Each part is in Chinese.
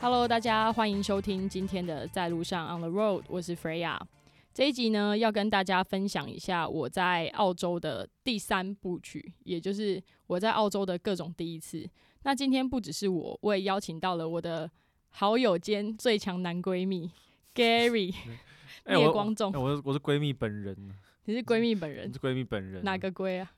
Hello，大家欢迎收听今天的在路上 On the Road，我是 Freya。这一集呢，要跟大家分享一下我在澳洲的第三部曲，也就是我在澳洲的各种第一次。那今天不只是我，我也邀请到了我的好友兼最强男闺蜜 Gary 哎聂我光仲哎，我是我是闺蜜本人，啊你是闺蜜本我人是，闺蜜本人。哪个闺啊？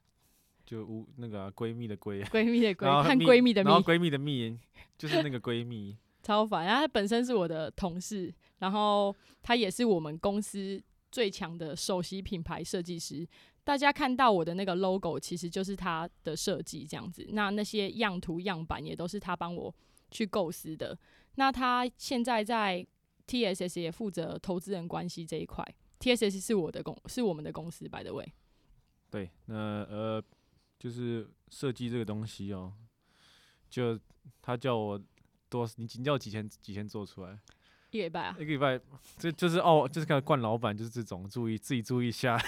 就无那个啊闺蜜的闺，闺蜜的 然闺，后看闺蜜的蜜然，后闺蜜的蜜就是那个闺蜜。超烦。然后她本身是我的同事，然后她也是我们公司最强的首席品牌设计师。大家看到我的那个 logo，其实就是她的设计这样子。那那些样图样板也都是她帮我去构思的。那她现在在 TSS 也负责投资人关系这一块。TSS 是我的公，是我们的公司，by the way。对，那呃，就是设计这个东西哦，就他叫我多，你请教几天几天做出来，一个礼拜啊一，个礼拜，这就是哦，就是看惯老板就是这种，注意自己注意一下。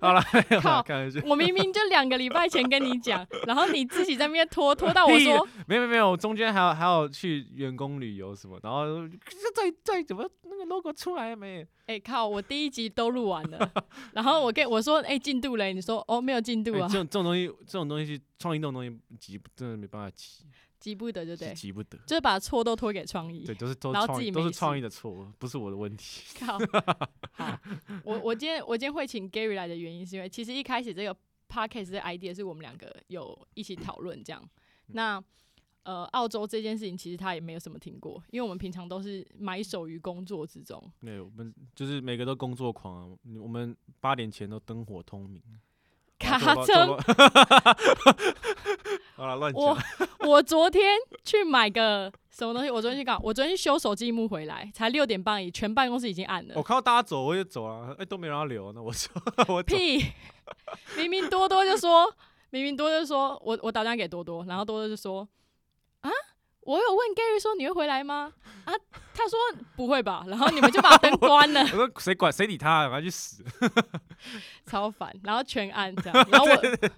好了，没有靠啦开玩笑，我明明就两个礼拜前跟你讲，然后你自己在那边拖拖到我说，没有没有没有，我中间还有还有去员工旅游什么，然后再再怎么那个 logo 出来没？哎、靠，我第一集都录完 了，然后我跟我说，哎、进度嘞，你说哦没有进度哎啊这，种这种东西，这种东西创意这种东西急不，真的没办法急，急不得就急对，急不得。就是把错都拖给创意对，。都是都然后创自己意都没是创事意的错误，不是我的问题。 靠，好，我我今天我今天会请 Gary 来的原因是因为，其实一开始这个 podcast 的 idea 是我们两个有一起讨论这样。嗯那呃，澳洲这件事情其实他也没有什么听过，因为我们平常都是埋首于工作之中。对，我们就是每个都工作狂啊，我们八点前都灯火通明。卡啊做车过做过 好了，乱我讲。我昨天去买个什么东西，我昨天去搞，我昨天去修手机幕回来，才六点半而已，全办公室已经暗我了。看到大家走，我也走啊，哎、都没人要留，那我走， 我走。屁！ 明明多多就说，明明多多就说我我打电话给多多，然后多多就说啊，我有问 Gary 说你会回来吗？啊，他说不会吧，然后你们就把灯关了我，说谁管谁理他、啊，赶快去死。超烦，然后全暗这样，然后我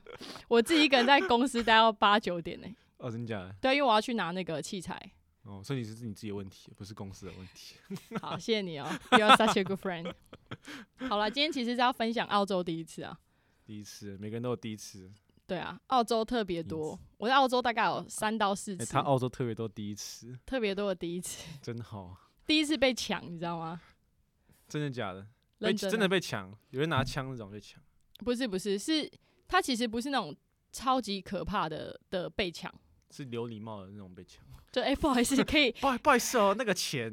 我自己一个人在公司待到八九点呢、哦，真假的？对，因为我要去拿那个器材。哦，所以你是你自己的问题，不是公司的问题。 好，谢谢你哦，You are such a good friend。好啦，今天其实是要分享澳洲第一次啊，第一次，每个人都有第一次。对啊，澳洲特别多，我在澳洲大概有三到四嗯哎、次，他澳洲特别多第一次，特别多的第一次，真好，第一次被抢，你知道吗？真的假的？被认真啊真的被抢，有人拿枪那种被抢。不是不是，是它其实不是那种超级可怕的的被抢，是有礼貌的那种被抢， 就哎、不好意思，可以不好不好意思哦，那个钱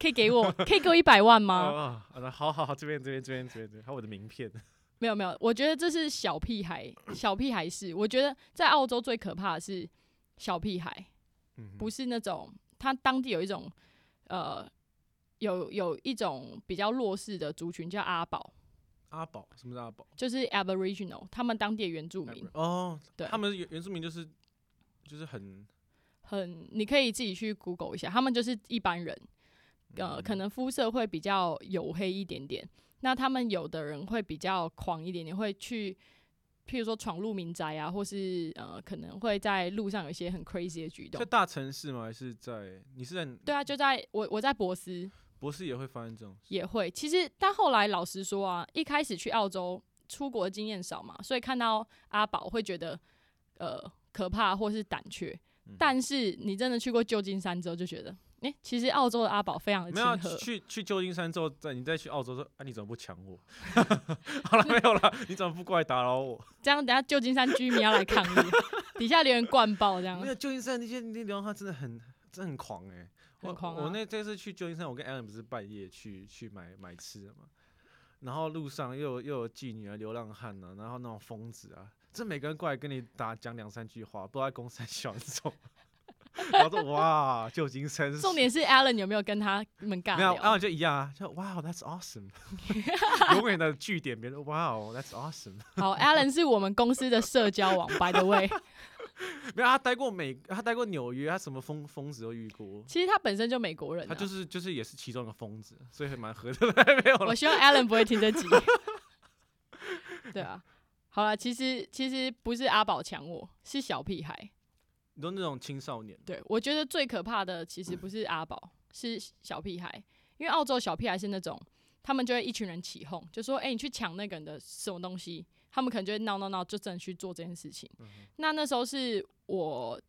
可以给我可以给我一百万吗？啊，啊好好好，这边这边这边这边这边，还有我的名片， 没有没有，我觉得这是小屁孩小屁孩事，我觉得在澳洲最可怕的是小屁孩。嗯，不是那种他当地有一种呃有有一种比较弱势的族群叫阿宝，阿宝，什么是阿宝？就是 Aboriginal，他们当地的原住民，哦，对他们原原住民就是就是很很你可以自己去 Google 一下，他们就是一般人，嗯呃，可能肤色会比较黝黑一点点。那他们有的人会比较狂一点点，会去，譬如说闯入民宅啊，或是呃，可能会在路上有一些很 crazy 的举动在。大城市吗？还是在你是在对啊，就在我我在博斯，博士也会发生这种？也会。其实，但后来老实说啊，一开始去澳洲出国经验少嘛，所以看到阿宝会觉得呃可怕或是胆怯。嗯但是你真的去过旧金山之后，就觉得，诶，其实澳洲的阿宝非常的没有啊亲和。去去旧金山之后，再你再去澳洲说，啊，你怎么不抢我？ 好了，没有了，你怎么不过来打扰我？这样，等下旧金山居民要来抗议， 底下留言灌爆这样没。有旧金山那些那地方，他真的很真的很狂哎、很我狂啊我那这次去旧金山，我跟 Alan 不是半夜去去买买吃的嘛，然后路上又有又有妓女啊、流浪汉啊，然后那种疯子啊，这每个人过来跟你打讲两三句话，不知道在公山小这种。 我说哇，旧金山是重点是 Alan 有没有跟他们尬没有，然聊？后就一样啊，就哇、wow,，That's awesome，永远的据点，别人哇、wow,，That's 哦 awesome， 好，Alan 是我们公司的社交网，by the way，没有，他待过美，他待过纽约，他什么疯疯子都遇过。其实他本身就美国人、啊，他就是就是也是其中一个疯子，所以还蛮合得来，没有我了。希望 Alan 不会听这 集。对啊，好啦，其实其实不是阿宝抢我，是小屁孩。你说那种青少年，对我觉得最可怕的其实不是阿宝，是小屁孩，因为澳洲小屁孩是那种他们就会一群人起哄，就说：“哎、你去抢那个人的什么东西？”他们可能就会闹闹闹，就真的去做这件事情。嗯哼那那时候是我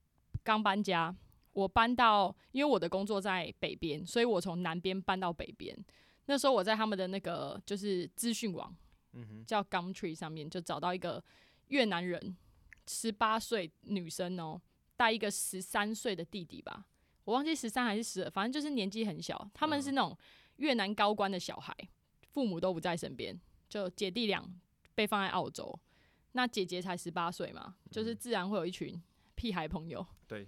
刚搬家，我搬到，因为我的工作在北边，所以我从南边搬到北边。那时候我在他们的那个就是资讯网嗯哼，叫 Gumtree 上面，就找到一个越南人，十八岁女生哦、带一个十三岁的弟弟吧，我忘记十三还是十二，反正就是年纪很小。他们是那种越南高官的小孩，父母都不在身边，就姐弟俩被放在澳洲。那姐姐才十八岁嘛，就是自然会有一群屁孩朋友。对，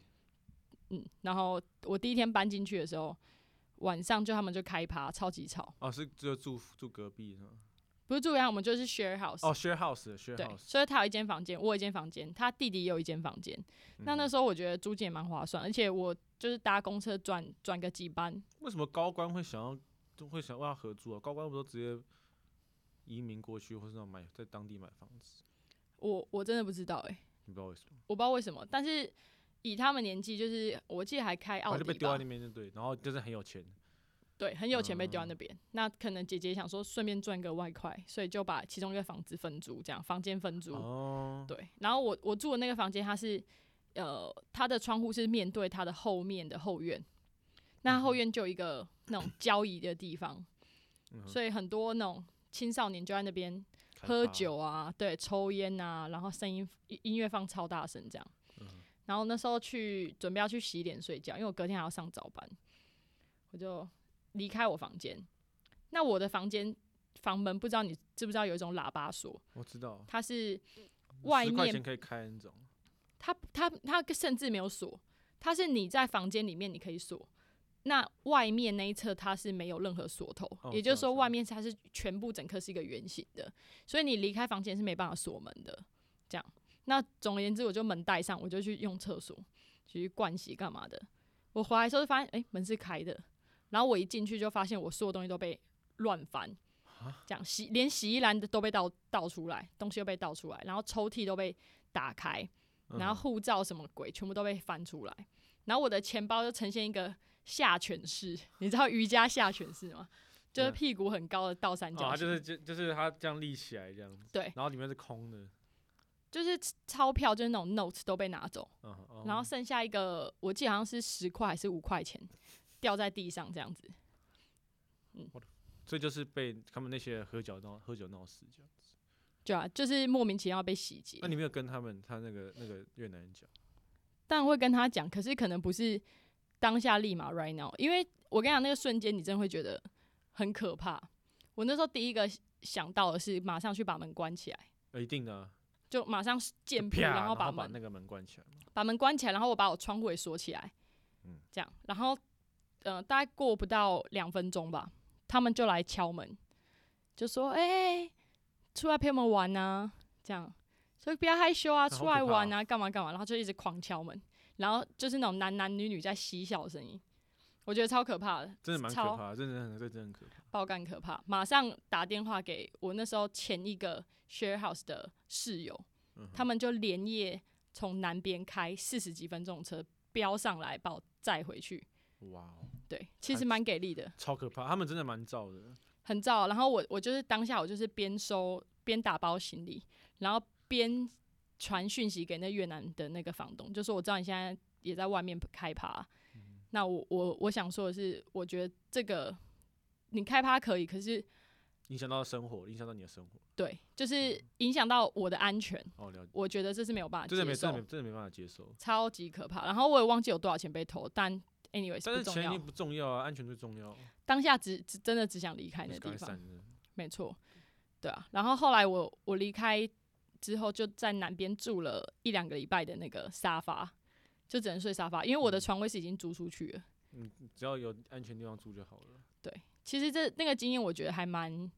嗯，然后我第一天搬进去的时候，晚上就他们就开趴，超级吵，哦，是就住住隔壁是吗？不是住一样，我们就是 share house，哦，share house，share 对， house，所以他有一间房间，我有一间房间，他弟弟也有一间房间。那嗯那时候我觉得租金也蛮划算，而且我就是搭公车转转个几班，为什么高官会想要就会想要合租啊？高官不都直接移民过去，或是那种买在当地买房子？我我真的不知道哎、你不知道为什么，我不知道为什么，但是以他们年纪，就是我记得还开奥他就被迪丢在吧那，边就对，然后就是很有钱，对，很有钱被嗯丢在那边。那可能姐姐想说顺便赚个外快，所以就把其中一个房子分租，这样房间分租。哦，对，然后我我住的那个房间，它是呃，它的窗户是面对它的后面的后院，那后院就有一个那种交易的地方，嗯哼所以很多那种青少年就在那边开喝趴，酒啊，对，抽烟啊，然后声音音音乐放超大声这样。嗯哼然后那时候去准备要去洗脸睡觉，因为我隔天还要上早班，我就离开我房间。那我的房间房门不知道你知不知道有一种喇叭锁，我知道，它是外10块面钱可以开那种，它它它甚至没有锁，它是你在房间里面你可以锁，那外面那一侧它是没有任何锁头，哦也就是知道说知道外面它是全部整颗是一个圆形的，所以你离开房间是没办法锁门的。这样，那总而言之，我就门带上，我就去用厕所，去盥洗干嘛的。我回来的时候就发现，哎、门是开的，然后我一进去就发现我所有东西都被乱翻。这样洗连洗衣篮都被倒倒出来，东西都被倒出来，然后抽屉都被打开，嗯然后护照什么鬼全部都被翻出来，然后我的钱包就呈现一个下犬式，你知道瑜伽下犬式吗？就是嗯屁股很高的倒三角形，哦，他就是就就是他这样立起来这样子，对然后里面是空的，就是钞票，就是那种 notes 都被拿走，嗯哼，然后哦剩下一个我记得好像是十块还是五块钱掉在地上这样子，所以就是被他们那些喝酒闹喝酒闹事这样。对啊，就是莫名其妙被洗劫那。你没有跟他们他那个那个越南人讲，但会跟他讲，可是可能不是当下立马 right now，因为我跟你讲那个瞬间，你真的会觉得很可怕。我那时候第一个想到的是马上去把门关起来，呃，一定的啊，就马上就剑步，啪然然后把把门那个门关起来嘛。把门关起来，然后我把我窗户也锁起来，嗯这样，然后呃，大概过不到两分钟吧，他们就来敲门，就说：“哎、出来陪我们玩啊！”这样，所以不要害羞啊，好可出怕哦来玩啊，干嘛干嘛，然后就一直狂敲门，然后就是那种男男女女在嬉笑的声音，我觉得超可怕的，真的蛮可超怕的，真的很，这真的很可怕。爆干可怕，马上打电话给我那时候前一个 share house 的室友，嗯哼他们就连夜从南边开四十几分钟的车飙上来，把我载回去。哇哦，对，其实蛮给力的，超可怕，他们真的蛮燥的。很燥。然后我我就是当下我就是边收边打包行李，然后边传讯息给那越南的那个房东，就说我知道你现在也在外面开趴，嗯那我我我想说的是，我觉得这个你开趴可以，可是影响到生活，影响到你的生活。对，嗯就是影响到我的安全，哦，了解，我觉得这是没有办法真的没，接真的受没，，真的没办法接受。超级可怕。然后我也忘记有多少钱被偷，但 anyways 但不是重钱已要经，不重要啊，安全最重要。当下只只真的只想离开就那是地赶快方，散了没错，对啊。然后后来我我离开之后，就在南边住了一两个礼拜的那个沙发，就只能睡沙发，因为我的嗯床位是已经租出去了。嗯，只要有安全地方住就好了。对，其实这那个经验我觉得还蛮，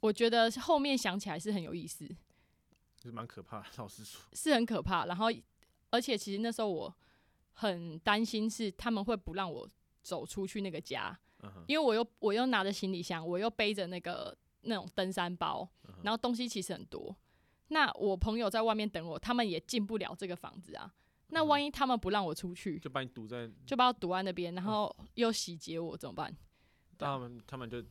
我觉得后面想起来是很有意思，就是蛮可怕的，老实说。 是很可怕，然后而且其实那时候我很担心是他们会不让我走出去那个家，嗯哼，因为我又我又拿着行李箱，我又背着那个那种登山包，嗯哼然后东西其实很多。那我朋友在外面等我，他们也进不了这个房子嗯啊。那万一他们不让我出去，就把你堵在，就把我堵在那嗯边，然后又洗劫我怎么办？他们他们就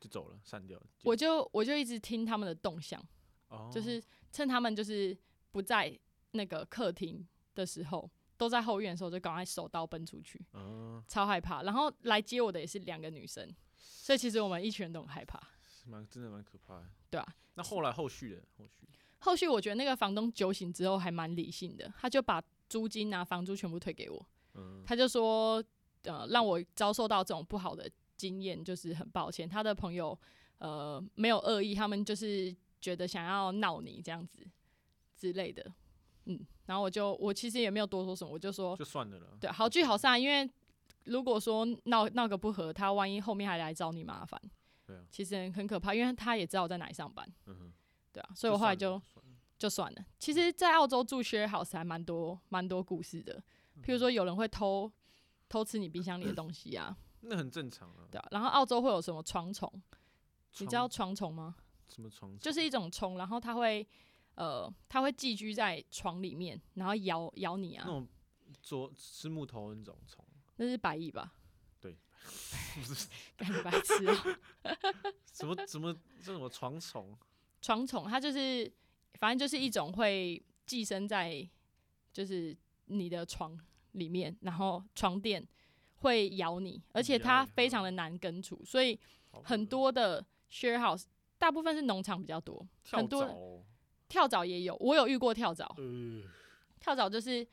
就走了，散掉了。我就我就一直听他们的动向，哦就是趁他们就是不在那个客厅的时候，都在后院的时候，就赶快手刀奔出去，嗯，超害怕。然后来接我的也是两个女生，所以其实我们一群人都很害怕。是蛮真的蛮可怕的。对啊，那后来后续的后续，后续我觉得那个房东酒醒之后还蛮理性的，他就把租金啊、房租全部退给我，嗯，他就说，呃，让我遭受到这种不好的经验，就是很抱歉。他的朋友呃没有恶意，他们就是觉得想要闹你这样子之类的，嗯，然后我就我其实也没有多说什么，我就说，就算了了。对，啊好聚好散，因为如果说闹闹个不和，他万一后面还来找你麻烦，对啊，其实很很可怕，因为他也知道我在哪里上班，嗯哼，对啊，所以我后来算就了嗯算了就算了。其实，在澳洲住 share house 还蛮多蛮多故事的，譬如嗯说有人会偷偷吃你冰箱里的东西啊，那很正常啊。对啊。然后澳洲会有什么床虫？你知道床床虫吗？什么床？就是一种虫，然后它会呃，它会寄居在床里面，然后咬咬你啊。那种啄吃木头的那种虫，那是白蚁 吧？不是感觉白痴啊、 什么 什么这种床虫，床虫它就是反正就是一种会寄生在就是你的床里面，然后床垫会咬你，而且咬它你嗯非常的难根除，所以。好恶很多的 share house，大部分是农场比较多，跳很多蚤哦，跳蚤也有，我有遇过跳蚤，呃，跳蚤就是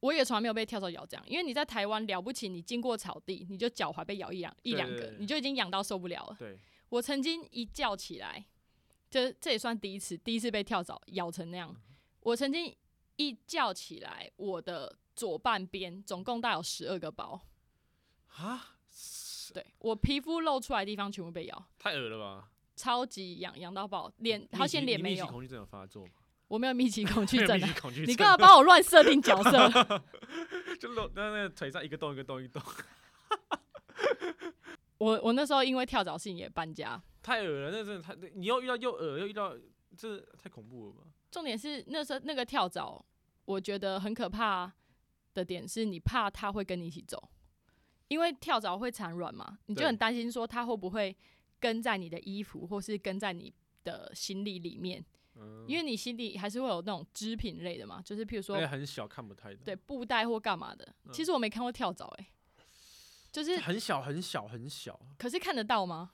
我也从来没有被跳蚤咬这样，因为你在台湾了不起，你经过草地，你就脚踝被咬一两一两对个对，你就已经痒到受不了了。对，我曾经一叫起来，这这也算第一次，第一次被跳蚤咬成那样。我曾经一叫起来，我的左半边总共大有十二个包，啊，对我皮肤露出来的地方全部被咬，太恶了吧？超级痒，痒到爆，脸你好已险经脸你没密集有。恐惧症有发作吗？我没有密集恐惧 没有症密啊！集恐惧你症，干嘛把我乱设定角色？ 就露那那个腿上一个洞一个洞一个洞， 我我那时候因为跳蚤事情也搬家，太恶了，那真的太，你又遇到又恶又遇到，这太恐怖了吧？重点是那时候那个跳蚤，我觉得很可怕的点是你怕它会跟你一起走，因为跳蚤会产卵嘛，你就对很担心说它会不会跟在你的衣服或是跟在你的行李里面，嗯，因为你行李还是会有那种织品类的嘛，就是譬如说那个很小看不太到，对，布袋或干嘛的。嗯其实我没看过跳蚤，哎， 就是很小很小很小，可是看得到吗？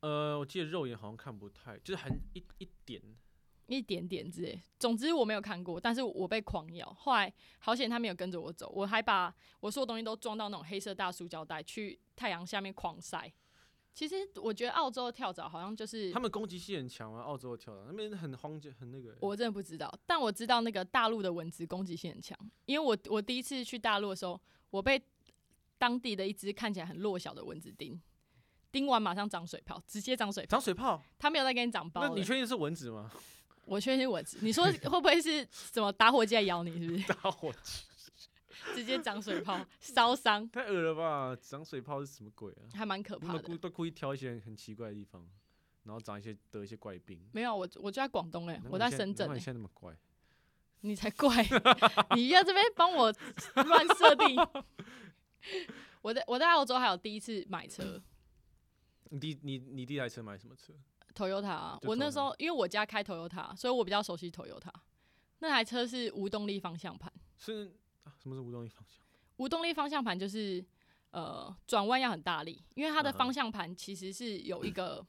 呃，我记得肉眼好像看不太，就是很一一点，一点点之类。总之我没有看过，但是我被狂咬。后来好险他没有跟着我走，我还把我所有东西都装到那种黑色大塑胶袋，去太阳下面狂晒。其实我觉得澳洲的跳蚤好像就是他们攻击性很强啊，澳洲的跳蚤那边很荒郊很那个欸，我真的不知道，但我知道那个大陆的蚊子攻击性很强，因为我我第一次去大陆的时候，我被当地的一只看起来很弱小的蚊子叮，叮完马上长水泡，直接长水泡，长水泡，它没有再给你长包那了。你确定是蚊 子吗？我确定是蚊子，你说会不会是什么打火机来咬你？是不是？打火机，直接长水泡，烧伤，太恶了吧？长水泡是什么鬼啊？还蛮可他怕们故的。都故意挑一些很奇怪的地方，然后长一些得一些怪病。没有，我我就在广东哎、难怪我你在现深圳难哎、怪你现在那么怪，你才 怪，你要这边帮我乱设定。我在我在澳洲还有第一次买车你第你你第一台车买什么车？ ，Toyota，啊就我那 Toyota 时候因为我家开 Toyota，所以我比较熟悉 Toyota。那台车是无动力方向盘，是、啊、什么是无动力方向？无动力方向盘就是呃转弯要很大力，因为它的嗯哼方向盘其实是有一 个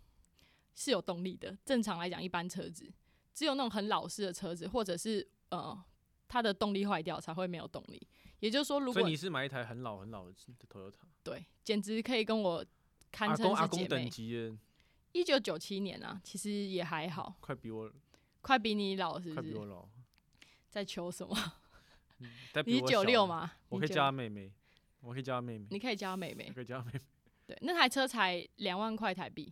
是有动力的。正常来讲，一般车子只有那种很老式的车子，或者是呃它的动力坏掉才会没有动力。也就是说，如所以果你是买一台很老很老的的 Toyota，对，简直可以跟我堪阿公称阿是公姐等妹。级的，一九九七年啊，其实也还好，快比我快比你老是快不比我是？老，在求什么？嗯但比你我九小六啊？吗？我你可以九叫她妹妹，我可以叫她妹妹，你可以叫她妹妹我。可以叫她妹妹。对，那台车才两万块台币。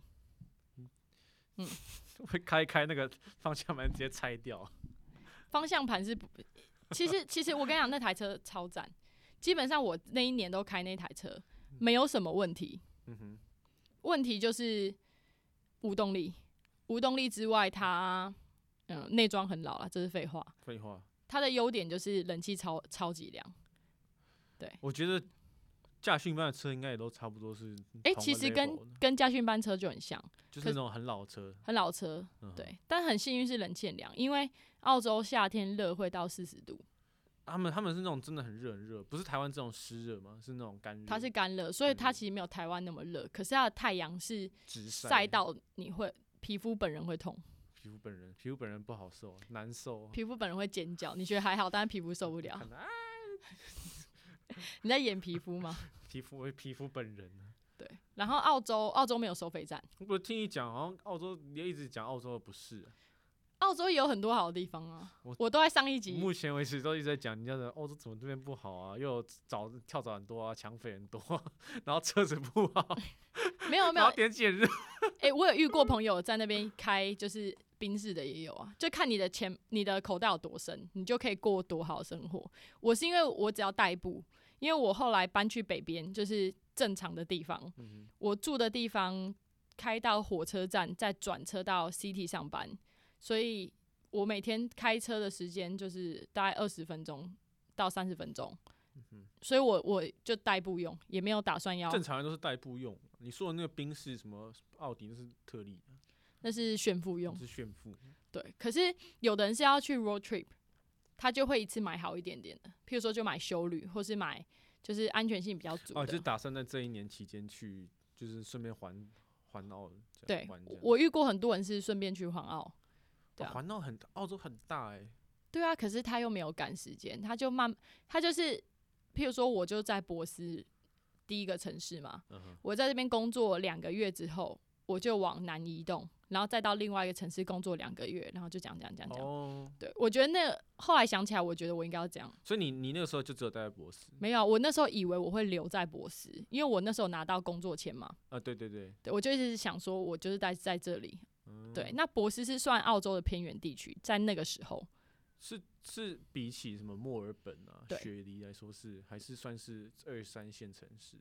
会开一开那个方向盘直接拆掉，方向盘是不其实其实我跟你讲，那台车超赞，基本上我那一年都开那台车，没有什么问题。嗯哼，问题就是无动力，无动力之外，它嗯内装很老了，这是废话。废话，它的优点就是冷气超超级凉。我觉得驾训班的车应该也都差不多是嗯同个 level 哎、的，其实跟跟家训班车就很像，就是那种很老的车，很老车，嗯哼，对。但很幸运是冷气很凉，因为澳洲夏天热会到四十度，他们他们是那种真的很热很热，不是台湾这种湿热吗？是那种干热，它是干热，所以干它热其实没有台湾那么热。可是它的太阳是直晒到你会皮肤本人会痛，皮肤本人，皮肤本人不好受，难受。皮肤本人会尖叫。你觉得还好，但是皮肤受不 了看。到啊你在演皮肤 吗？皮肤为皮肤本人啊，对。然后澳洲澳洲没有收费站，我不是听你讲，好像澳洲也一直讲澳洲的不是啊、澳洲也有很多好的地方啊。我我都在上一集目前为止都一直在讲人家的澳洲怎么这边不好啊，又有早跳蚤很多啊，抢匪很多、啊， 然后车子不好，没 有没然有后，天气很热，哎、我有遇过朋友在那边开，就是宾士的也有啊，就看你的钱、你的口袋有多深，你就可以过多好的生活。我是因为我只要代步，因为我后来搬去北边，就是正常的地方，嗯哼我住的地方开到火车站，再转车到 CT 上班，所以我每天开车的时间就是大概二十分钟到三十分钟，嗯所以我我就代步用，也没有打算要哼，，正常人都是代步用。你说的那个宾士什么奥迪那是特例，那是炫富用那。是炫富。对，可是有的人是要去 road trip，他就会一次买好一点点的，譬如说就买修旅，或是买就是安全性比较足的。哦，就是打算在这一年期间去，就是顺便环环澳这样对玩这，样。我遇过很多人是顺便去环澳。对哇啊环澳很澳洲很大哎、对啊，可是他又没有赶时间，他就慢，他就是譬如说，我就在博斯第一个城市嘛，嗯哼，我在这边工作两个月之后，我就往南移动，然后再到另外一个城市工作两个月，然后就讲讲讲讲。哦，对，我觉得那后来想起来，我觉得我应该要这样。所以你你那个时候就只有待在博士没有，我那时候以为我会留在博斯，因为我那时候拿到工作签嘛，啊？对对对，对我就一直想说，我就是待在这里。嗯，对，，那博斯是算澳洲的偏远地区，在那个时候，是是比起什么墨尔本啊、对雪梨来说是还是算是二三线城市，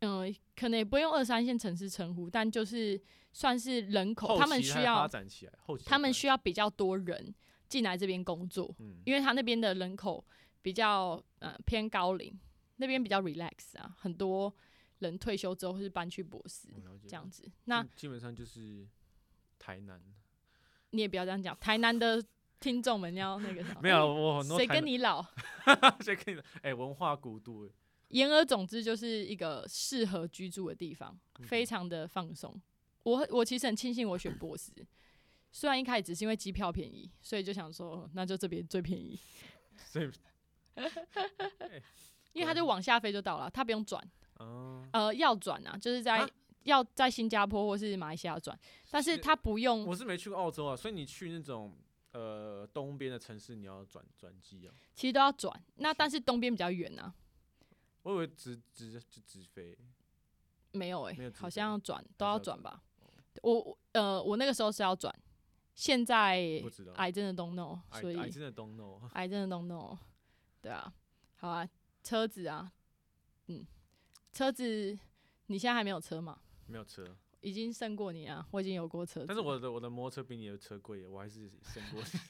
嗯、可能也不用二三线城市称呼，但就是算是人口，后他们期需才发要展起来，后期才他们发展需要比较多人进来这边工作，嗯，因为他那边的人口比较呃偏高龄，那边比较 relax 啊，很多人退休之后是搬去博斯我了解这样子。那哎基基本上就是台南你也不要这样讲，台南的听众们要那个什么没有啊我很多谁台跟南你老？ 谁跟你哎、文化古都、哎言而总之，就是一个适合居住的地方，嗯非常的放松。我我其实很庆幸我选波斯，虽然一开始只是因为机票便宜，所以就想说那就这边最便宜，所以因为它就往下飞就到了，它不用转，嗯，呃，要转啊，就是在、啊要在新加坡或是马来西亚转，但是是它不用我是没去过澳洲啊，所以你去那种呃东边的城市，你要转转机啊，其实都要转。那但是东边比较远啊，我以为直直就直飞，没有诶、没有直飞好像要转都要还是要转转吧。我我呃，我那个时候是要转，现在不知道， I 真的 don't know，哎所以哎真的 don't know， I 真的 don't know。对啊，好啊，车子啊，嗯，车子，你现在还没有车嘛？没有车。已经胜过你啊，我已经有过车子。但是我的我的摩托车比你的车贵耶，我还是胜过你。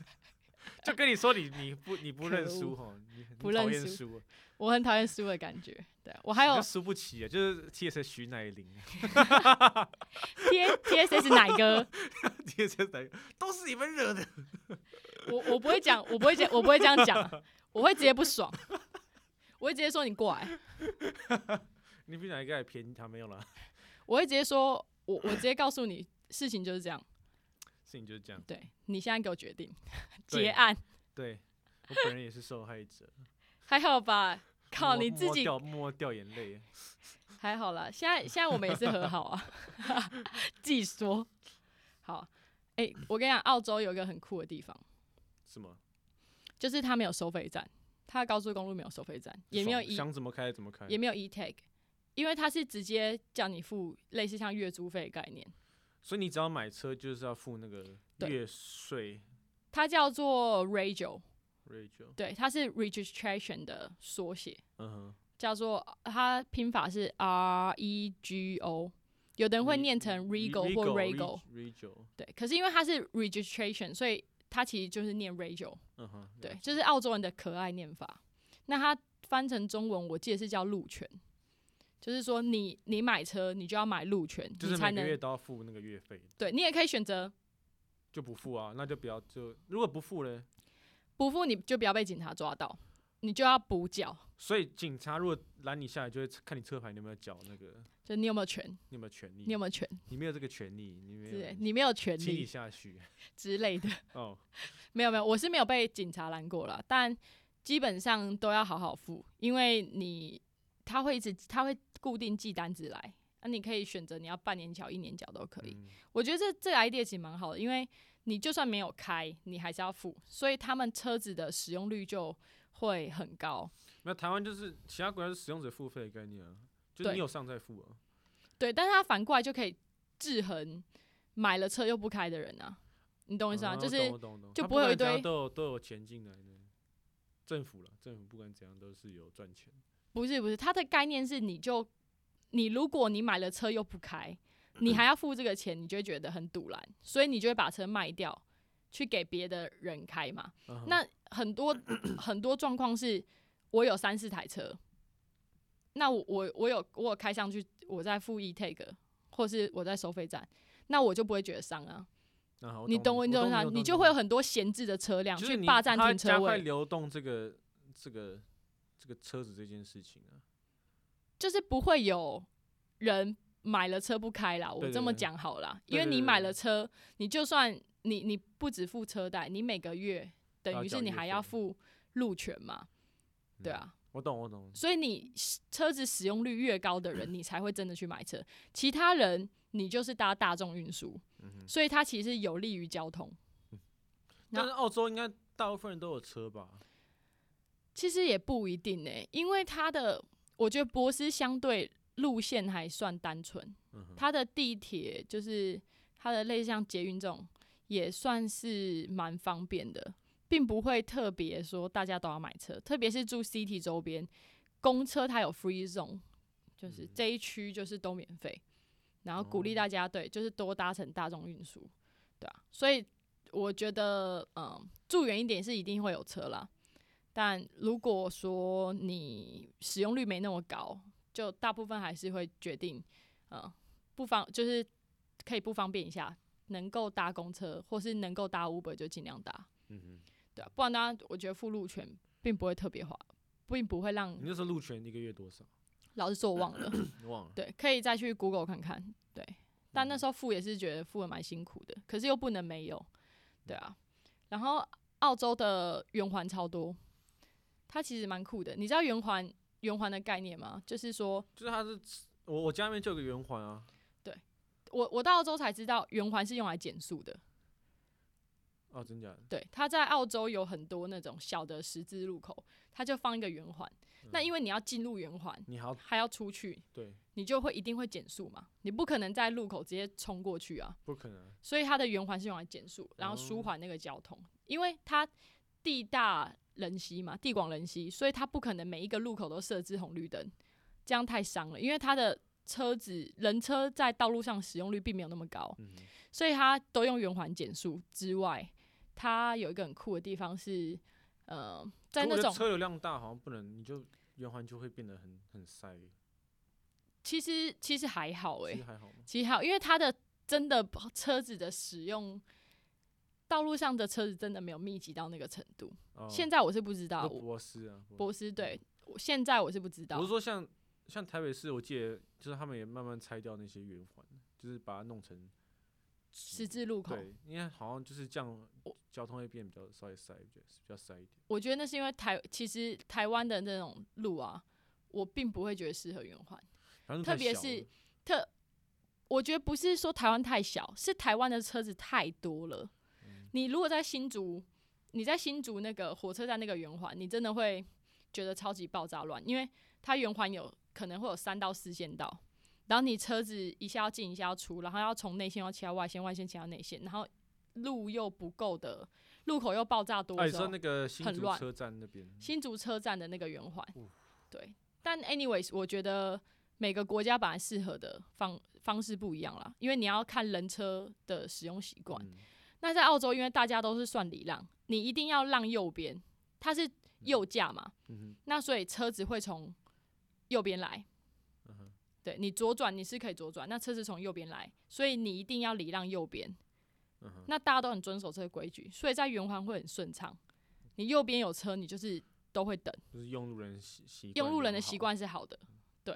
就跟你说你你不你不认可恶输哈，你很不讨认厌输输啊，我很讨厌输的感觉。对啊、我还有你就输不起啊，就是 T S 徐乃麟 T T S S 奶哥， ，T S 乃麟都是你们 惹的。我我不会讲，我不会讲，我不会这样讲啊，我会直接不爽，我会直接说你过来，你比哪一个还便宜？他没有啦，我会直接说，我我直接告诉你，事情就是这样。事情就是这样。 对你现在给我决定对结案，对我本人也是受害者，还好吧？ 靠，默你自默己掉默默掉眼泪。还好啦，现在现在我们也是和好啊， 自己说。好，哎、我跟你讲，澳洲有一个很酷的地方，什么？就是它没有收费站，它的高速公路没有收费站， 也没有爽 e 想怎么开怎么开也，没有 e tag，因为它是直接叫你付类似像月租费的概念，所以你只要买车就是要付那个对月税。它叫做 radio Rachel，对，它是 registration 的缩写，嗯哼，叫做它拼法是 R E G O，有的人会 Re- 念成 Regal 或 Regal， Rachel，对，可是因为它是 registration，所以它其实就是念 Regal，嗯哼，了对，解就是澳洲人的可爱念法。那它翻成中文，我记得是叫路权，就是说你你买车，你就要买路权，就你是才每个能月都要付那个月费，对你也可以选择就不付啊，那就不要就如果不付嘞，不付，你就不要被警察抓到，你就要补缴，所以警察如果拦你下来，就会看你车牌你有没有缴那个，就你有没有权，你有没有权利，你有没有权你没有这个权利，你没之类，有，你没有权请你利 下去之类的。哦，没有没有，我是没有被警察拦过啦，但基本上都要好好付，因为你他会一直他会固定寄单子来，那、你可以选择你要半年缴、一年缴都可以。嗯我觉得这这个 idea 其实蛮好的，因为你就算没有开，你还是要付，所以他们车子的使用率就会很高。那台湾就是其他国家是使用者付费的概念啊，就是对你有上再付啊。对，但是他反过来就可以制衡买了车又不开的人啊，你懂我意思吗？啊就我是懂我懂我懂就他不会有管一怎样堆都有都有钱进来的。政府了，政府不管怎样都是有赚钱。不是不是，它的概念是你就你如果你买了车又不开，你 还要付这个钱，你就会觉得很堵然，所以你就会把车卖掉，去给别的人开嘛。嗯哼那很多很多状况是，我有三四台车，那我我我有我有开上去，我在付 e tag，或是我在收费站，那我就不会觉得伤啊。那好，你懂我我，你懂懂啥？你就会有很多闲置的车辆就去是你霸占它停加车快位，流动这个这个这个车子这件事情啊。就是不会有人买了车不开啦。我对对这么对讲好啦，对因为对你对买了车，你就算你你不只付车贷，你每个月要等于缴是你月还要费付路权嘛，对嗯啊。我懂，我懂。所以你使车子使用率越高的人，你才会真的去买车。其他人你就是搭大众运输，嗯哼，所以它其实有利于交通。那但是澳洲应该大部分人都有车吧？其实也不一定呢、欸因为它的我觉得博斯相对路线还算单纯，嗯哼，它的地铁就是它的类似像捷运这种，也算是蛮方便的，并不会特别说大家都要买车，特别是住 city 周边，公车它有 free zone，就是嗯这一区就是都免费，然后鼓励哦大家对，就是多搭乘大众运输，对啊，所以我觉得嗯，住远一点是一定会有车啦。但如果说你使用率没那么高，就大部分还是会决定，嗯，不方就是可以不方便一下，能够搭公车或是能够搭 Uber 就尽量搭，嗯哼，对啊，不然大家我觉得附路权并不会特别划，并不会让你那时候路权一个月多少？老师说我忘了，忘了。对，可以再去 Google 看看，对，但那嗯时候付也是觉得付的蛮辛苦的，可是又不能没有，对啊，然后澳洲的圆环超多，它其实蛮酷的，你知道圆环圆环的概念吗？就是说就是它是我我家里面就有个圆环啊。我我到澳洲才知道圆环是用来减速的，哦，真假的？对，它在澳洲有很多那种小的十字路口，它就放一个圆环。那因为你要进入圆环，你好，还要出去，对，你就会一定会减速嘛，你不可能在路口直接冲过去啊。不可能啊。所以它的圆环是用来减速，然后舒哦缓那个交通，因为它地大人稀嘛，地广人稀，所以它不可能每一个路口都设置红绿灯，这样太伤了，因为它的车子人车在道路上使用率并没有那么高。嗯哼，所以它都用圆环减速之外，它有一个很酷的地方是，呃，在可我那觉得种车流量大，好像不能，你就圆环就会变得很很塞。其实其实还好诶、其实还好吗？其实还好，因为它的真的车子的使用，道路上的车子真的没有密集到那个程度。哦，现在我是不知道，就我博斯啊，博博斯对，我现在我是不知我道是，说像像台北市，我记得就是他们也慢慢拆掉那些圆环，就是把它弄成十字路口，对，因为好像就是这样，交通会变比较稍微塞，比较比较塞一点。我觉得那是因为台其实台湾的那种路啊，我并不会觉得适合圆环。反正特太别小是了特，我觉得不是说台湾太小，是台湾的车子太多了。嗯你如果在新竹，你在新竹那个火车站那个圆环，你真的会觉得超级爆炸乱，因为它圆环有可能会有三到四线道，然后你车子一下要进一下要出，然后要从内线要切到外线，外线切到内线，然后路又不够的路口又爆炸多的哎，你时候，说那个新很竹乱车站那边，新竹车站的那个圆环哦。对，但 anyways，我觉得每个国家本来适合的方方式不一样啦，因为你要看人车的使用习惯。嗯那在澳洲，因为大家都是算礼让，你一定要让右边，它是右驾嘛，嗯那所以车子会从右边来。哼嗯哼对你左转你是可以左转，那车子从右边来，所以你一定要礼让右边。嗯哼，那大家都很遵守这个规矩，所以在圆环会很顺畅。你右边有车，你就是都会等。就是用路人习习惯用路人良的好习，惯是好的，对。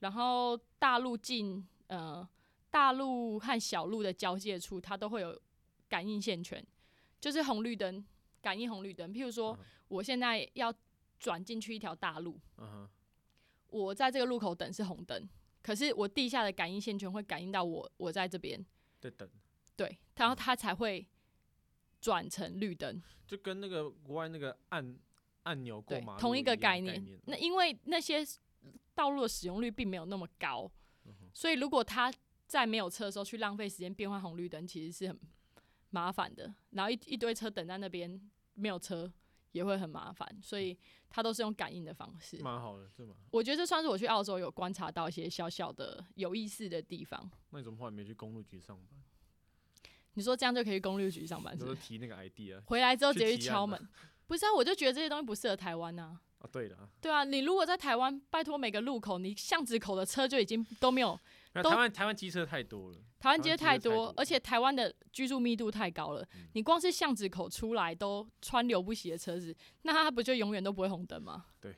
然后大陆进呃大陆和小路的交界处，它都会有感应线圈，就是红绿灯感应红绿灯。譬如说嗯，我现在要转进去一条大路，嗯哼，我在这个路口等是红灯，可是我地下的感应线圈会感应到我我在这边，在等，对，然后它才会转成绿灯。就跟那个国外那个按按钮过对马，路同一个样概念念。。那因为那些道路的使用率并没有那么高，嗯所以如果他在没有车的时候去浪费时间变换红绿灯，其实是很麻烦的。然后一一堆车等在那边没有车也会很麻烦，所以他都是用感应的方式。蛮好的，对吗？我觉得这算是我去澳洲有观察到一些小小的有意思的地方。那你怎么后来没去公路局上班？你说这样就可以去公路局上班你是都不是是？提那个 idea 啊回来之后直接去去提案敲吗门，不是啊？我就觉得这些东西不适合台湾呐、？哦对了，对啊，你如果在台湾，拜托每个路口，你巷子口的车就已经都没有，那都台湾台湾机车太多了，台湾街台湾太机车太多多，而且台湾的居住密度太高了。嗯你光是巷子口出来都川流不息的车子，那它不就永远都不会红灯吗？对，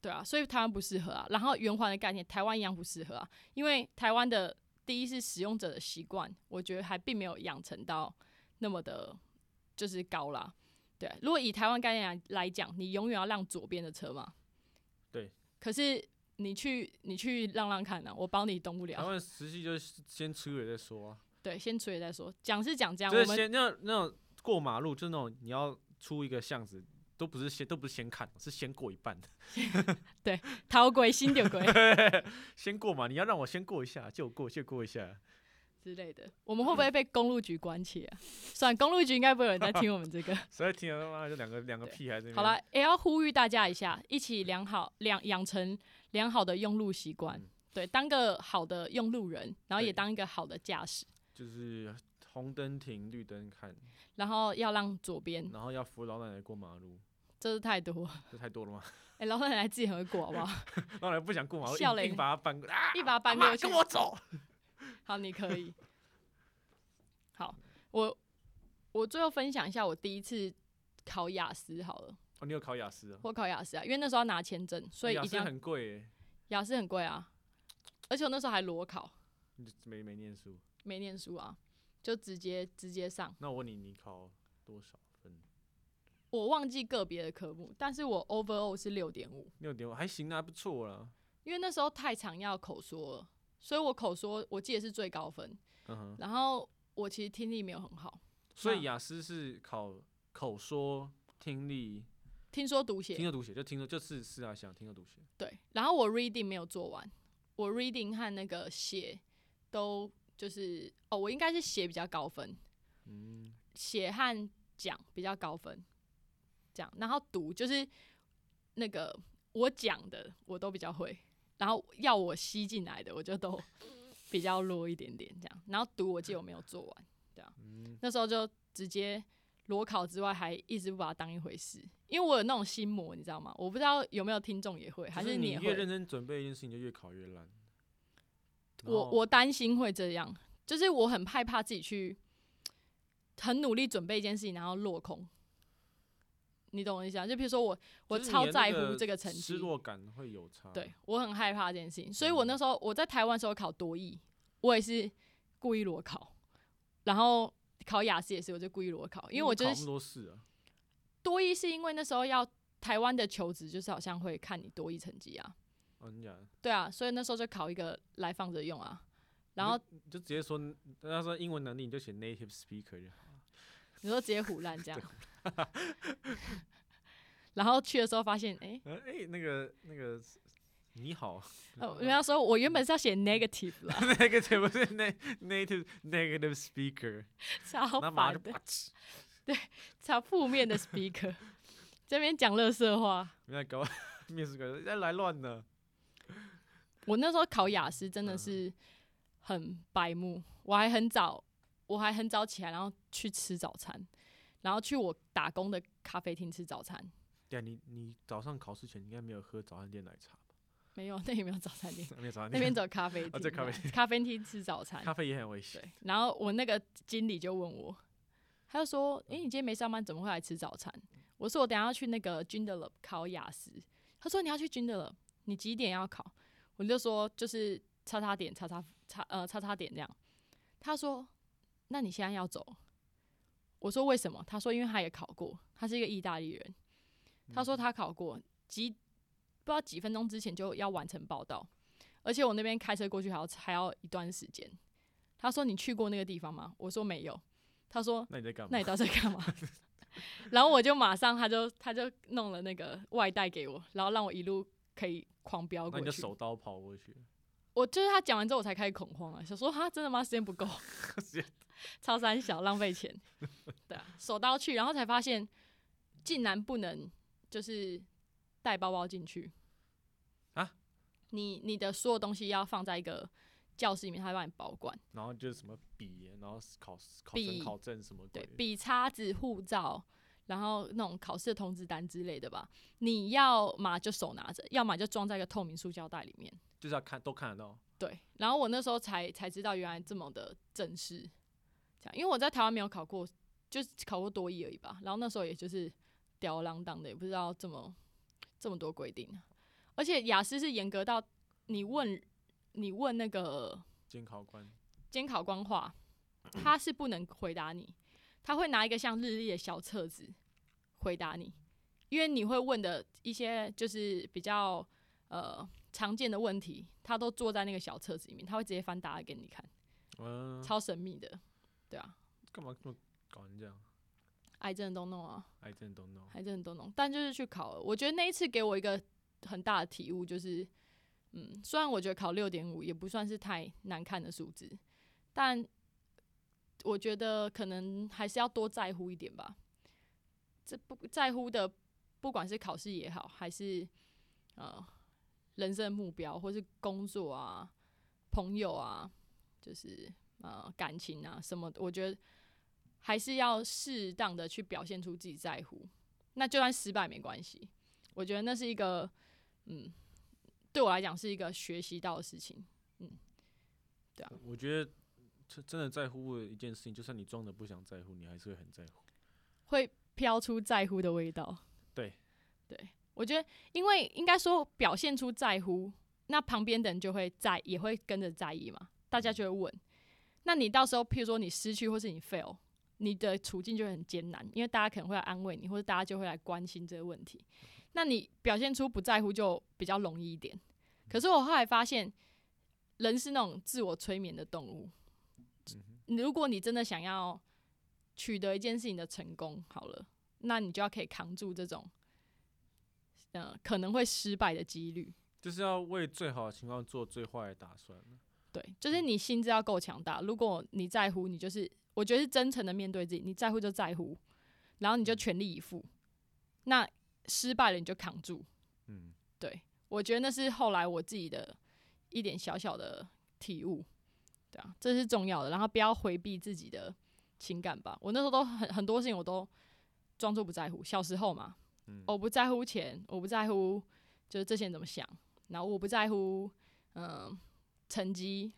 对啊，所以台湾不适合啊。然后圆环的概念，台湾一样不适合啊，因为台湾的第一是使用者的习惯，我觉得还并没有养成到那么的，就是高啦。对啊，如果以台湾概念来来讲，你永远要让左边的车嘛。对。可是你去你去让让看啊，我帮你动不台了。湾实际就是先出了再说啊，对，先处理再说。讲是讲这样，就我是们先那种那种过马路，就是那种你要出一个巷子，都不是先都不是先看，是先过一半的，逃鬼心丢鬼 先过嘛，你要让我先过一下，就过就过一下，之类的，我们会不会被公路局关切啊？算了公路局应该不会有人在听我们这 个。实在听了他妈就两个两个对屁孩在那边好了，，也要呼吁大家一下，一起良好良养成良好的用路习惯嗯，对，当个好的用路人，然后也对当一个好的驾驶，就是红灯停，绿灯看，然后要让左边，然后要扶老奶奶过马路，这是太多。这太多了吗？ 哎、老奶奶自己很会过好不好？老奶奶不想过马路，笑硬嘞硬把她搬过啊来，啊一把搬阿嬷过去跟，我走，好，你可以。好，我我最后分享一下我第一次考雅思好了。哦，你有考雅思啊？我考雅思啊，因为那时候要拿签证，所以哦雅一思定要很贵欸耶，雅思很贵啊，而且我那时候还裸考，你就没没念书。没念书啊，就直接直接上。那我问你，你考多少分？我忘记个别的科目，但是我 overall 是六点五，六点五还行啊，还不错啦。因为那时候太常要口说了，所以我口说我记得是最高分。嗯哼，然后我其实听力没有很好，所那以雅思是考口说、听力、听说读听写说读写，就听说就是是啊，想听说读写。对，然后我 reading 没有做完，我 reading 和那个写都就是哦，我应该是写比较高分，嗯，写和讲比较高分，这样，然后读就是那个我讲的我都比较会，然后要我吸进来的我就都比较弱一点点这样，然后读我记得我没有做完，嗯，那时候就直接裸考之外还一直不把它当一回事，因为我有那种心魔，你知道吗？我不知道有没有听众也会，还就是你你也越会，认真准备一件事情，就越考越哦烂。然我后我担心会这样，就是我很害怕自己去很努力准备一件事情，然后落空。你懂我意思啊？就比如说我，我就是超你的在那乎这个成绩失，落感会有差。对，我很害怕这件事情，所以我嗯那时候我在台湾的时候考多艺，我也是故意裸考，然后考雅思也是，我就故意裸考，因为我你就考是那么多事啊，多一是因为那时候要台湾的求职，就是好像会看你多一成绩啊，嗯呀，对啊，所以那时候就考一个来放着用啊。然后你就直接说，他说英文能力你就写 native speaker 就好。你说直接胡烂这样， 然后去的时候发现，哎、呃，哎，那个那个，你好， 呃，人家说我原本是要写 negative 啦，那个怎么是 na- native negative speaker？超嗯那马烦上就的。啪嗤超负面的 speaker，这 边讲乐色话。你在搞面试官在来乱了，我那时候考雅思真的嗯是很白目，我还很早，我还很早起来，然后去吃早餐，然后去我打工的咖啡厅吃早餐。对啊，你你早上考试前应该没有喝早餐店奶茶吧？没有，那也没有早餐店，没有早餐那店边走咖啡啊厅这这咖啡样子，咖啡厅吃早餐。咖啡也很危险。对，然后我那个经理就问我，他就说：“诶、你今天没上班，怎么会来吃早餐？”我说：“我等一下要去那个 Joondalup 考雅思。”他说：“你要去 Joondalup，你几点要考？”我就说：“就是叉叉点叉叉叉呃叉叉点这样。”他说：“那你现在要走？”我说：“为什么？”他说：“因为他也考过，他是一个意大利人。”他说他考过几不知道几分钟之前就要完成报道，而且我那边开车过去还要还要一段时间。他说你去过那个地方吗？我说没有。他说那你在干嘛那你？到底在干嘛？ 然后我就马上他就他就弄了那个外带给我，然后让我一路可以狂飙那过你就去。手刀跑过去，我就是他讲完之后我才开始恐慌啊，想说哈真的吗？时间不 够，超三小浪费钱， 对啊，手刀去，然后才发现竟然不能就是带包包进去啊！你你的所有东西要放在一个教室里面，他会帮你保管，然后就是什么笔，然后考考笔生考证什么对鬼，笔、叉子、护照，然后那种考试的通知单之类的吧。你要嘛就手拿着，要么就装在一个透明塑胶袋里面。就是要看都看得到。对，然后我那时候才才知道原来这么的正式，这样，因为我在台湾没有考过，就是考过多一而已吧。然后那时候也就是吊儿郎当的，也不知道这么这么多规定，啊而且雅思是严格到你问你问那个监考官监考官话，他是不能回答你，他会拿一个像日历的小册子回答你，因为你会问的一些就是比较呃常见的问题，他都坐在那个小册子里面，他会直接翻答案给你看，嗯，超神秘的，对啊，干嘛这么搞成这样癌症都弄啊， ？I don't know。癌症都弄，但就是去考了，我觉得那一次给我一个很大的体悟，就是嗯，虽然我觉得考六点五也不算是太难看的数字，但我觉得可能还是要多在乎一点吧。这不在乎的，不管是考试也好，还是呃人生目标，或是工作啊、朋友啊，就是呃感情啊什么的，我觉得还是要适当的去表现出自己在乎。那就算失败没关系，我觉得那是一个嗯，对我来讲是一个学习到的事情。我我觉得真真的在乎的一件事情，就算你装的不想在乎，你还是会很在乎。会飘出在乎的味道。对，对，我觉得，因为应该说表现出在乎，那旁边的人就会在，也会跟着在意嘛。大家就会问，那你到时候，譬如说你失去或是你 fail，你的处境就会很艰难，因为大家可能会来安慰你，或者大家就会来关心这个问题。那你表现出不在乎就比较容易一点。可是我后来发现，人是那种自我催眠的动物。你如果你真的想要取得一件事情的成功，好了，那你就要可以扛住这种，呃，可能会失败的几率。就是要为最好的情况做最坏的打算。对，就是你心智要够强大。如果你在乎，你就是我觉得是真诚的面对自己，你在乎就在乎，然后你就全力以赴。那失败了你就扛住。嗯，对我觉得那是后来我自己的一点小小的体悟，对啊，这是重要的。然后不要回避自己的情感吧。我那时候都很很多事情我都装作不在乎，小时候嘛，嗯我不在乎钱，我不在乎就是这些人怎么想，然后我不在乎嗯、成绩，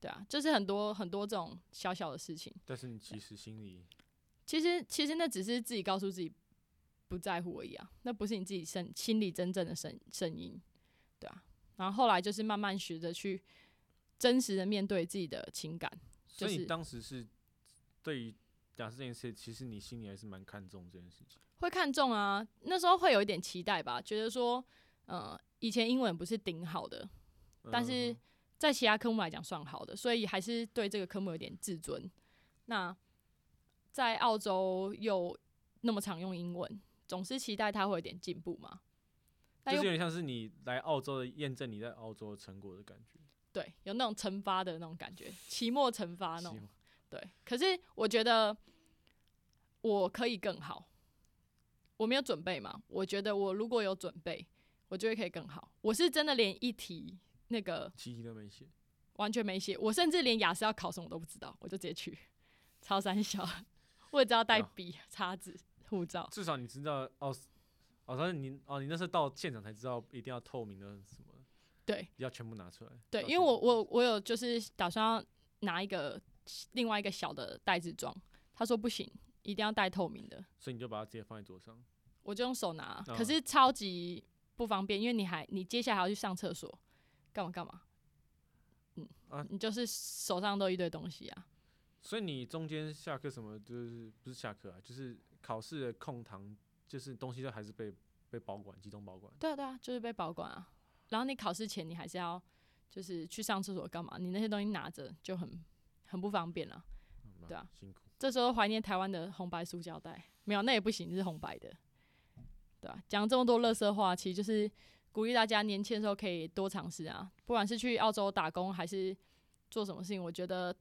对啊，就是很多很多这种小小的事情。但是你其实心里其实其实那只是自己告诉自己不在乎而已啊，那不是你自己声心里真正的声声音，对啊。然后后来就是慢慢学着去真实的面对自己的情感，就所以是你当时是对于雅思这件事，其实你心里还是蛮看重这件事情。会看重啊。那时候会有一点期待吧，觉得说，呃，以前英文不是顶好的，但是嗯在其他科目来讲算好的，所以还是对这个科目有点自尊。那在澳洲又那么常用英文，总是期待它会有点进步嘛。那就是又有点像是你来澳洲的验证你在澳洲的成果的感觉。对，有那种惩罚 啊的那种感觉，期末惩罚那希种。望对，可是我觉得我我可以更好。我没有准备嘛，我觉得我如果有准备，我就会可以更好。我是真的连一题那个七题都没写，完全没写，我甚至连雅思要考什么都不知道，我就直接去超三小，我也知道带哦笔、叉子、护照，至少你知道哦是哦，但是你哦，你那时候到现场才知道一定要透明的什么，对，要全部拿出来。对，要因为全我部我我有就是打算要拿一个另外一个小的袋子装，他说不行，一定要带透明的，所以你就把它直接放在桌上。我就用手拿，嗯可是超级不方便，因为你还你接下来还要去上厕所，干嘛干嘛，嗯，啊你就是手上都一堆东西啊，所以你中间下课什么，就是不是下课啊，就是考试的空堂，就是东西都还是被被保管，集中保管。对啊对啊，就是被保管啊，然后你考试前你还是要就是去上厕所干嘛，你那些东西拿着就很很不方便了、嗯蛮对啊辛苦。这时候怀念台湾的红白塑胶袋，没有那也不行，是红白的，对啊，讲这么多乐色话，其实就是鼓励大家年轻的时候可以多尝试啊，不管是去澳洲打工还是做什么事情，我觉得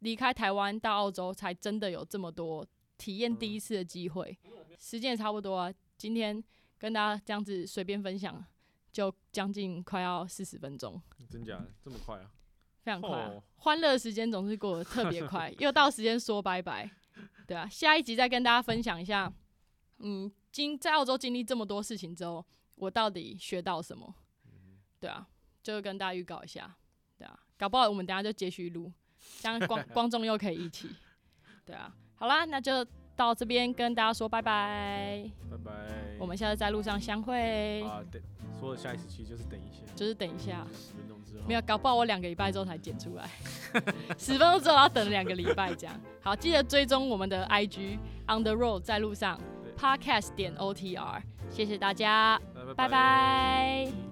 离开台湾到澳洲才真的有这么多体验第一次的机会。时间也差不多啊，今天跟大家这样子随便分享，就将近快要四十分钟。真假的这么快啊？非常快、啊哦欢乐的时间总是过得特别快，又到时间说拜拜，对啊，下一集再跟大家分享一下，嗯，经在澳洲经历这么多事情之后，我到底学到什么？对啊，就跟大家预告一下，对啊，搞不好我们等一下就接续录，这样 光光众又可以一起，对啊，好啦，那就到这边跟大家说拜拜，拜拜。我们下次在路上相会，啊，等说的下一次其实就是等一下，就是等一下。十分钟之后。没有，搞不好我两个礼拜之后才剪出来， 十分钟之后要等两个礼拜这样。好，记得追踪我们的 IG on the road 在路上对 podcast 点 OTR，谢谢大家，呃，拜拜拜